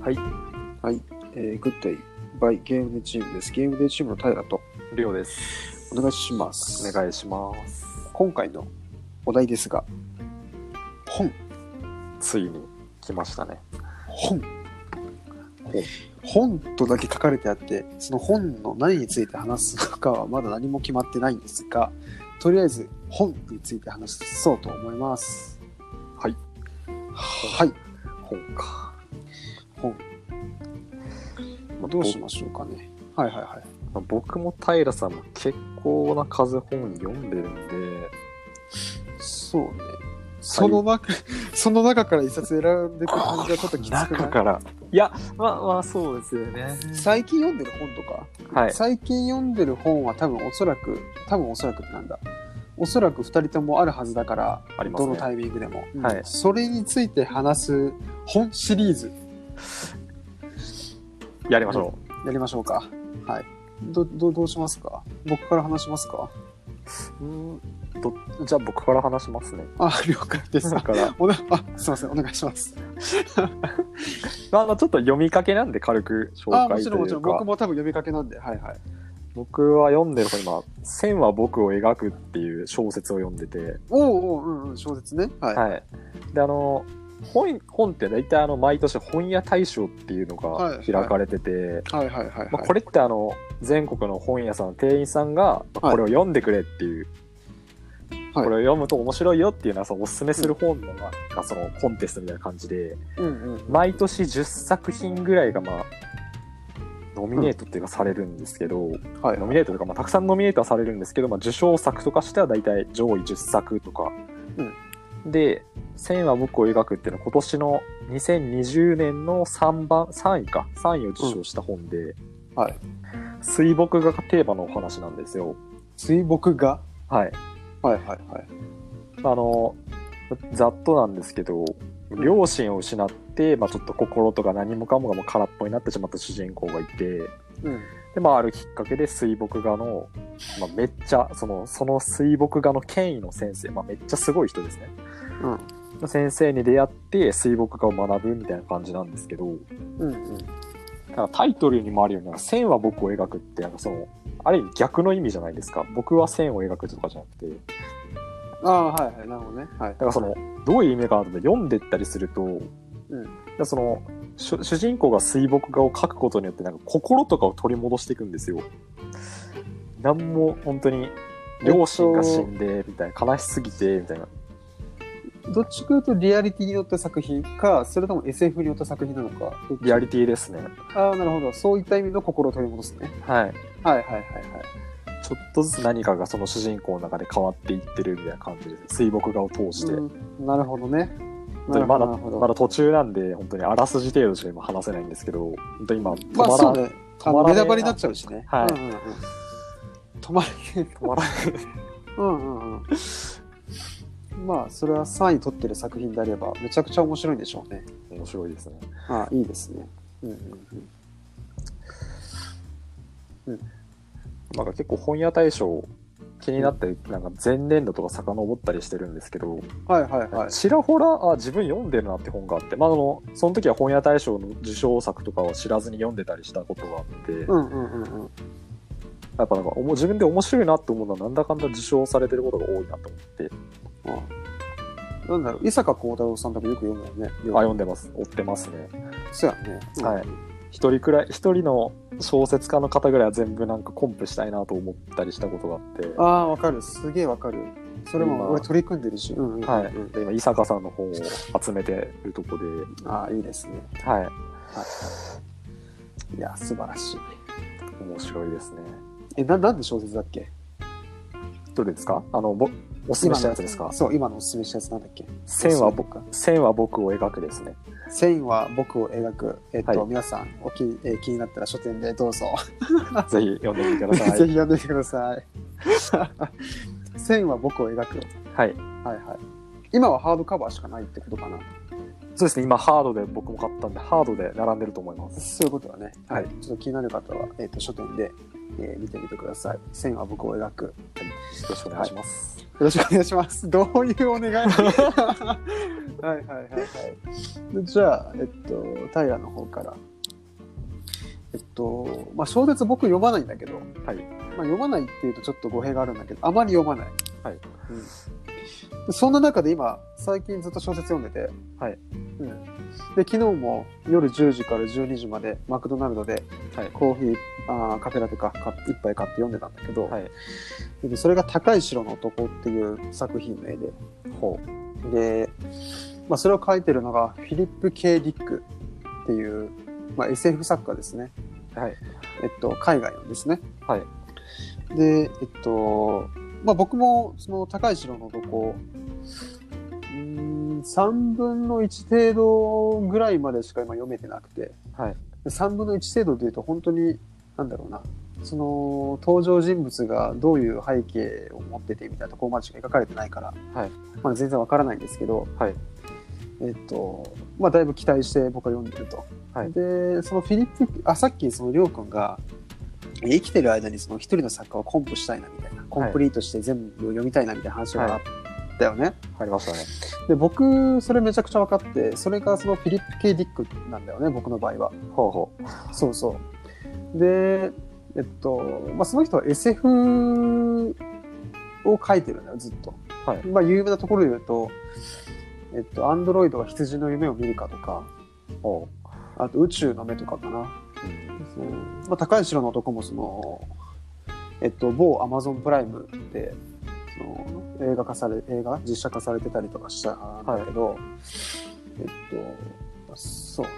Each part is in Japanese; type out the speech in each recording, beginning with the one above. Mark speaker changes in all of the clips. Speaker 1: はい。
Speaker 2: はい、えー、グッデイ、バイ、ゲームでチームです。ゲームでチームの平と
Speaker 1: りょうです。
Speaker 2: お願いします。
Speaker 1: お願いします。
Speaker 2: 今回のお題ですが、本、
Speaker 1: ついに来ましたね。
Speaker 2: 本、本とだけ書かれてあって、その本の何について話すのかはまだ何も決まってないんですが、とりあえず本について話そうと思います。
Speaker 1: はい。
Speaker 2: はい、
Speaker 1: 本か。
Speaker 2: 本。
Speaker 1: まあ
Speaker 2: どうしましょうかね。はいはいはい。
Speaker 1: ぼ僕も平さんも結構な数本読んでるんで、
Speaker 2: そうね。その中、その中から一冊選んでいく感じはちょっときつく
Speaker 1: 中
Speaker 2: ない
Speaker 1: から。いや、まあまあそうですよね。
Speaker 2: 最近読んでる本とか、
Speaker 1: はい。
Speaker 2: 最近読んでる本は多分おそらく、多分おそらくってなんだ。おそらく2人ともあるはずだから、
Speaker 1: あります
Speaker 2: どの
Speaker 1: ね。
Speaker 2: タイミングでも、
Speaker 1: はい
Speaker 2: それについて話す本シリーズ
Speaker 1: やりましょ
Speaker 2: やりましょうか。はい。ど、どどうしますか僕から話しますか
Speaker 1: う。うんとじゃあ僕から話し ますね。
Speaker 2: あ、了解 です。
Speaker 1: だから、
Speaker 2: おなあ、すいません。お願いします。
Speaker 1: まあまあちょっと読みかけなんで軽く紹
Speaker 2: あ、も
Speaker 1: 介
Speaker 2: ち
Speaker 1: と
Speaker 2: ろんもち
Speaker 1: い
Speaker 2: ろ。
Speaker 1: うんか
Speaker 2: 僕。も多分呼びかけなんで。はいはい。
Speaker 1: 僕は読んでる本今「線は僕を描く」っていう小説を読んでて、
Speaker 2: おうおう、うんうん、小説ね。はい。
Speaker 1: はい、であの本本って大体あの毎年本屋大賞っていうの
Speaker 2: は
Speaker 1: が
Speaker 2: い
Speaker 1: 開かれてて、
Speaker 2: はいはいはい、はい
Speaker 1: まあ、これってあの全国の本屋さんの店員さんがまあ
Speaker 2: はい
Speaker 1: これを読んでくれっていう、
Speaker 2: はい
Speaker 1: これを読むと面白いよっていうのはそのおすすめする本のなんかそのコンテストみたいな感じで
Speaker 2: うんうん。
Speaker 1: 毎年10作品ぐらいがまあノミネートっていうかされるんですけど、
Speaker 2: はい。
Speaker 1: ノミネートとか、まあ、たくさんノミネートはされるんですけど、まあ、受賞作とかしては大体上位10作とか、で「線は僕を描く」っていうのは今年の2020年の3番3位か3位を受賞した本で、
Speaker 2: はい。
Speaker 1: 水墨画がテーマのお話なんですよ
Speaker 2: 水墨画
Speaker 1: はい
Speaker 2: はいはいはい。
Speaker 1: あのざっとなんですけど両親を失って、まあ、ちょっと心とか何もかもがもう空っぽになってしまった主人公がいて、
Speaker 2: うん。
Speaker 1: で、まあ、あるきっかけで水墨画の、まあ、めっちゃ、その、その水墨画の権威の先生、まあ、めっちゃすごい人ですね。の先生に出会って水墨画を学ぶみたいな感じなんですけど、
Speaker 2: うん。うん。
Speaker 1: ただタイトルにもあるように、線は僕を描くって、なんかその、ある意味逆の意味じゃないですか。僕は線を描くとかじゃなくて、
Speaker 2: あ
Speaker 1: だ
Speaker 2: あ、はいはい。なるほどね。はい。
Speaker 1: からその、どういう意味かなと思って読んでったりすると、だからその、主主人公が水墨画を描くことによってなんか心とかを取り戻していくんですよ。なんも本当に両親が死んでみたいな悲しすぎてみたいな
Speaker 2: どっちかというとリアリティによった作品か、それとも SF によった作品なのか。どっち
Speaker 1: リアリティですね。
Speaker 2: ああ、なるほど。そういった意味の心を取り戻すね。
Speaker 1: はい。
Speaker 2: はいはいはい
Speaker 1: ちょっとずつ何かがその主人公の中で変わっていってるみたいな感じです。水墨画を通して。
Speaker 2: はい。うん、なるほどね。
Speaker 1: 本当にまだ
Speaker 2: なるほど
Speaker 1: まだ途中なんで本当にあらすじ程度しか今話せないんですけど、本当に今止
Speaker 2: ま
Speaker 1: ま
Speaker 2: あ
Speaker 1: ら
Speaker 2: そう
Speaker 1: ない。
Speaker 2: ね。あの
Speaker 1: 止まらねえな
Speaker 2: 目玉になっちゃうしね。
Speaker 1: はい
Speaker 2: うんうんうん、止まれ
Speaker 1: 止まらない。
Speaker 2: うんうんうん。まあ、それは3位取ってる作品であれば、めちゃくちゃ面白いんでしょうね。
Speaker 1: 面白いですね。
Speaker 2: ああ、いいですね。うんうんうん。
Speaker 1: なんか結構本屋大賞気になって、なんか前年度とか遡ったりしてるんですけど、
Speaker 2: はいはいはい。
Speaker 1: ちらほらあ自分読んでるなって本があって、まあ、あのその時は本屋大賞の受賞作とかを知らずに読んでたりしたことがあって、やっ
Speaker 2: うんうんうんうん。
Speaker 1: ぱなんかおも自分で面白いなって思うのはなんだかんだ受賞されてることが多いなと思って、
Speaker 2: ああなんだろう、伊坂幸太郎さんとかよく読むよね。
Speaker 1: あ読んでます追ってますね
Speaker 2: そうやね。うん
Speaker 1: はい。一人くらい一人の小説家の方ぐらいは全部なんかコンプしたいなと思ったりしたことがあって
Speaker 2: ああ、わかる。すげえわかる。それ
Speaker 1: 今
Speaker 2: も俺取り組んでるし。うんうんうんうん
Speaker 1: はい、で今伊坂さんの本を集めてるとこで、
Speaker 2: ああ、いいですね。
Speaker 1: はい、
Speaker 2: はい。いや、素晴らしい。
Speaker 1: 面白いですね
Speaker 2: え、な、なんで小説だっけ
Speaker 1: どれですかあのぼおすすめしたやつです
Speaker 2: 今の
Speaker 1: か
Speaker 2: そう、今のおすすめしたやつなんだっけ
Speaker 1: 線は
Speaker 2: 僕か。
Speaker 1: 線は僕を描くですね
Speaker 2: 線は僕を描く。えっと、
Speaker 1: はい
Speaker 2: 皆さんお気、えー気になったら書店でどうぞ。
Speaker 1: ぜひ読んでみてくだ
Speaker 2: ぜひ
Speaker 1: さ い。
Speaker 2: 読んでみてくださ い。線は僕を描く。
Speaker 1: はい。
Speaker 2: はいはい。今はハードカバーしかないってことかな。
Speaker 1: そうですね、今ハードで僕も買ったんで、ハードで並んでると思います。
Speaker 2: そういうことはね、
Speaker 1: は
Speaker 2: はいい、ちょっと気になる方は、えっ、と、書店で、えー見てみてください。線は僕を描く。よ
Speaker 1: よろしくお願いします。
Speaker 2: ろしくお願いします。 どういうお願いはいはいはいはい。でじゃあ、えっと、平の方から。えっと、まあ、小説僕読まないんだけど、
Speaker 1: はい。
Speaker 2: まあ、読まないっていうとちょっと語弊があるんだけど、あまり読まない。
Speaker 1: はい
Speaker 2: うんでそんな中で今、最近ずっと小説読んでて、
Speaker 1: はい
Speaker 2: うん、で昨日も夜10時から12時までマクドナルドで
Speaker 1: はい。
Speaker 2: コーヒーあーカフェラテかか一杯買って読んでたんだけど、
Speaker 1: はい。
Speaker 2: でそれが「高い城の男」っていう作品名で
Speaker 1: ほ
Speaker 2: で、まあ、それを書いてるのがフィリップ・ K ・ディックっていう、まあ、SF 作家ですね、
Speaker 1: う。はい。
Speaker 2: えっと、海外のですね
Speaker 1: はい。
Speaker 2: でえっと、まあ、僕もその「高い城の男」うーん3分の1程度ぐらいまでしか今読めてなくて
Speaker 1: はい。
Speaker 2: 3分の1程度でいうと本当になんだろうなその登場人物がどういう背景を持っててみたいなところまでしか描かれてないから、
Speaker 1: はい
Speaker 2: まあ、全然わからないんですけど、
Speaker 1: はい
Speaker 2: えっとまあ、だいぶ期待して僕は読んでると、
Speaker 1: はい
Speaker 2: でそのフィリップあさっきそのりょうくんが生きてる間にその一人の作家をコンプしたいなみたいなコンプリートして全部読みたいなみたいな話があったよね、
Speaker 1: 入りましたね。
Speaker 2: で僕それめちゃくちゃ分かってそれがそのフィリップ・ケイ・ディックなんだよね僕の場合は
Speaker 1: ほうほう。
Speaker 2: そうそう。で、えっと、まあ、その人は SF を書いてるんだよ、ずっと。
Speaker 1: はい
Speaker 2: まあ、有名なところで言うと、えっと、アンドロイドが羊の夢を見るかとか、
Speaker 1: ほ
Speaker 2: あと宇宙の目とかかな。
Speaker 1: う。うん
Speaker 2: そうまあ、高い城の男もその、えっと、某アマゾンプライムで、その映画化され、映画実写化されてたりとかしたんだけど、えっと、そうね。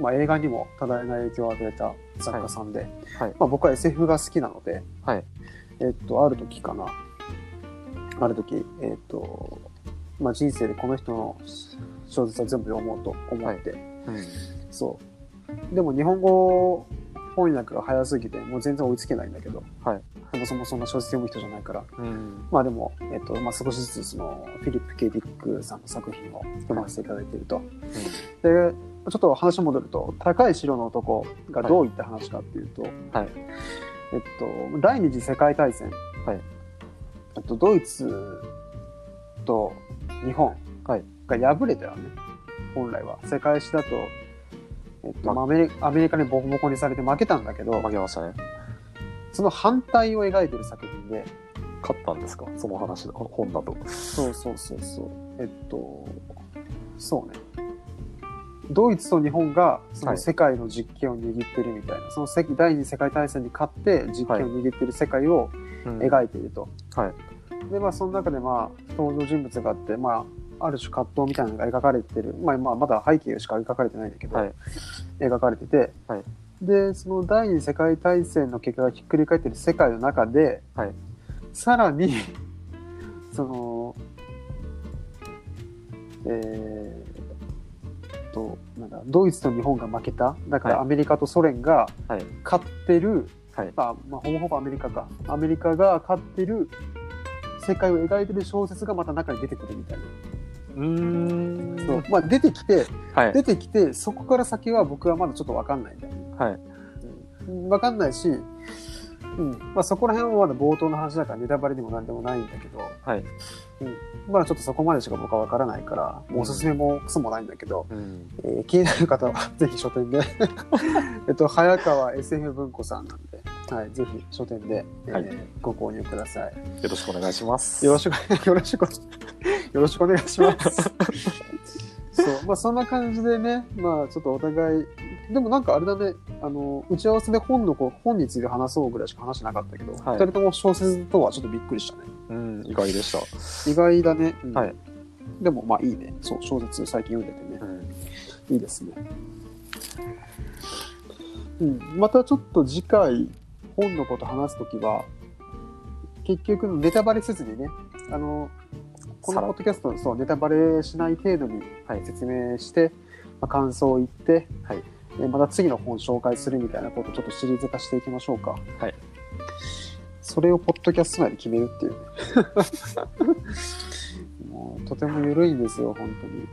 Speaker 2: まあ、映画にも多大な影響を与えた作家さんで、
Speaker 1: はい。
Speaker 2: まあ、僕は SF が好きなので、
Speaker 1: はい。
Speaker 2: えっと、ある時かな。ある時、えっと、まあ、人生でこの人の小説は全部読もうと思って、
Speaker 1: うん。
Speaker 2: そう。でも日本語翻訳が早すぎて、もう全然追いつけないんだけど、
Speaker 1: はい。
Speaker 2: そもそもそんな小説読む人じゃないから、
Speaker 1: うん。
Speaker 2: まあでも、えっと、まあ少しずつその、フィリップ・ケイ・ディックさんの作品を読ませていただいていると。で、ちょっと話戻ると、高い城の男がどういった話かっていうと、
Speaker 1: はい。
Speaker 2: えっと、第二次世界大戦。
Speaker 1: はい
Speaker 2: えっと、ドイツと日本
Speaker 1: はい
Speaker 2: が敗れたよね、本来は。世界史だと、えっと、
Speaker 1: ま
Speaker 2: アメリアメリカにボコボコにされて負けたんだけど、
Speaker 1: 負けましたね。
Speaker 2: その反対を描いてる作品で、
Speaker 1: 勝ったんですかその話だ、本だと。
Speaker 2: そうそうそうそう。えっと、そうね。ドイツと日本がそ
Speaker 1: は
Speaker 2: の
Speaker 1: い
Speaker 2: 世界の実権を握ってるみたいな、その世第二次世界大戦に勝って実権を握ってる世界を
Speaker 1: うん
Speaker 2: 描いていると。
Speaker 1: はい。
Speaker 2: でまあその中でまあ登場人物があってまあある種葛藤みたいなのが描かれてる、まあ、まあまだ背景しか描かれてないんだけど、
Speaker 1: はい
Speaker 2: 描かれてて、
Speaker 1: はい
Speaker 2: でその第二次世界大戦の結果がひっくり返ってる世界の中で、
Speaker 1: はい
Speaker 2: さらにそのえー、となんだドイツと日本が負けただから
Speaker 1: は
Speaker 2: アメリカとソ連が
Speaker 1: はい。
Speaker 2: 勝ってる、
Speaker 1: はい。
Speaker 2: まあ、まあ、ほぼほぼアメリカか。アメリカが勝ってる世界を描いてる小説がまた中に出てくるみたいな。
Speaker 1: うーん
Speaker 2: そうまあ、出てきて、
Speaker 1: はい。
Speaker 2: 出てきて、そこから先は僕はまだちょっとわかんないんだよね。
Speaker 1: はい。
Speaker 2: うんわかんないし、うん。まあ、そこら辺はまだ冒頭の話だからネタバレでもなんでもないんだけど、
Speaker 1: はい。
Speaker 2: まだちょっとそこまでしか僕はわからないから、もうおすすめもクソもないんだけど、
Speaker 1: うん。
Speaker 2: えー気になる方は ぜひ書店でえっと早川 SF 文庫さんなんで、はい、ぜひ書店で、えー
Speaker 1: はい
Speaker 2: ご購入ください
Speaker 1: よろしくお願いします。
Speaker 2: よろしく よろしくよろしくお願いしますそうまあそんな感じでねまあちょっとお互いでもなんかあれだねあの打ち合わせで本のこう本について話そうぐらいしか話してなかったけど、
Speaker 1: はい
Speaker 2: 二人とも小説とはちょっとびっくりしたね
Speaker 1: うん、意外でした。
Speaker 2: 意外だね、うん
Speaker 1: はい
Speaker 2: でもまあいいねそう小説最近読んでてね
Speaker 1: うん。
Speaker 2: いいですね。うん、またちょっと次回本のこと話すときは結局ネタバレせずにねあのこの
Speaker 1: さら
Speaker 2: ポッドキャストそうネタバレしない程度に
Speaker 1: はい
Speaker 2: 説明して、まあ、感想を言って、
Speaker 1: はい
Speaker 2: えまた次の本紹介するみたいなことをちょっとシリーズ化していきましょうか。
Speaker 1: はい
Speaker 2: それをポッドキャスト内で決めるっていうね もうとても緩いんですよ本当に。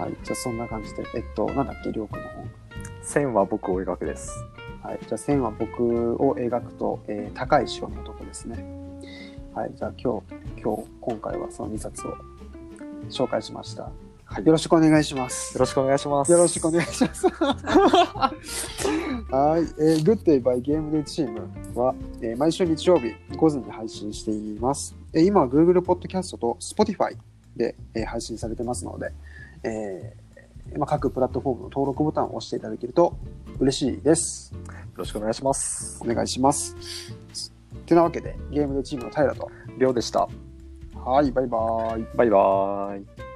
Speaker 2: はい。じゃあそんな感じで、えっと、なんだっけ、りょうくんの本。
Speaker 1: 線は僕を描くです。
Speaker 2: はい。じゃあ線は僕を描くと、えー高い塩の男ですね。はい。じゃあ今日、今日、今回はその2冊を紹介しました。よ
Speaker 1: はい。よ
Speaker 2: ろしくお願いします。
Speaker 1: ろしくお願いします。
Speaker 2: よろしくお願いし ます。はい、えー、Good Day by Game Day チームは、えー毎週日曜日午前に配信しています。えー今は Google Podcast と Spotify で、えー配信されてますので、えーまあ、各プラットフォームの登録ボタンを押していただけると嬉しいです。
Speaker 1: よろしくお願いします
Speaker 2: お。願いします。てなわけで、ゲームでチームの平と。
Speaker 1: りょうでした。
Speaker 2: はい、バイバイ。
Speaker 1: バイバーイ。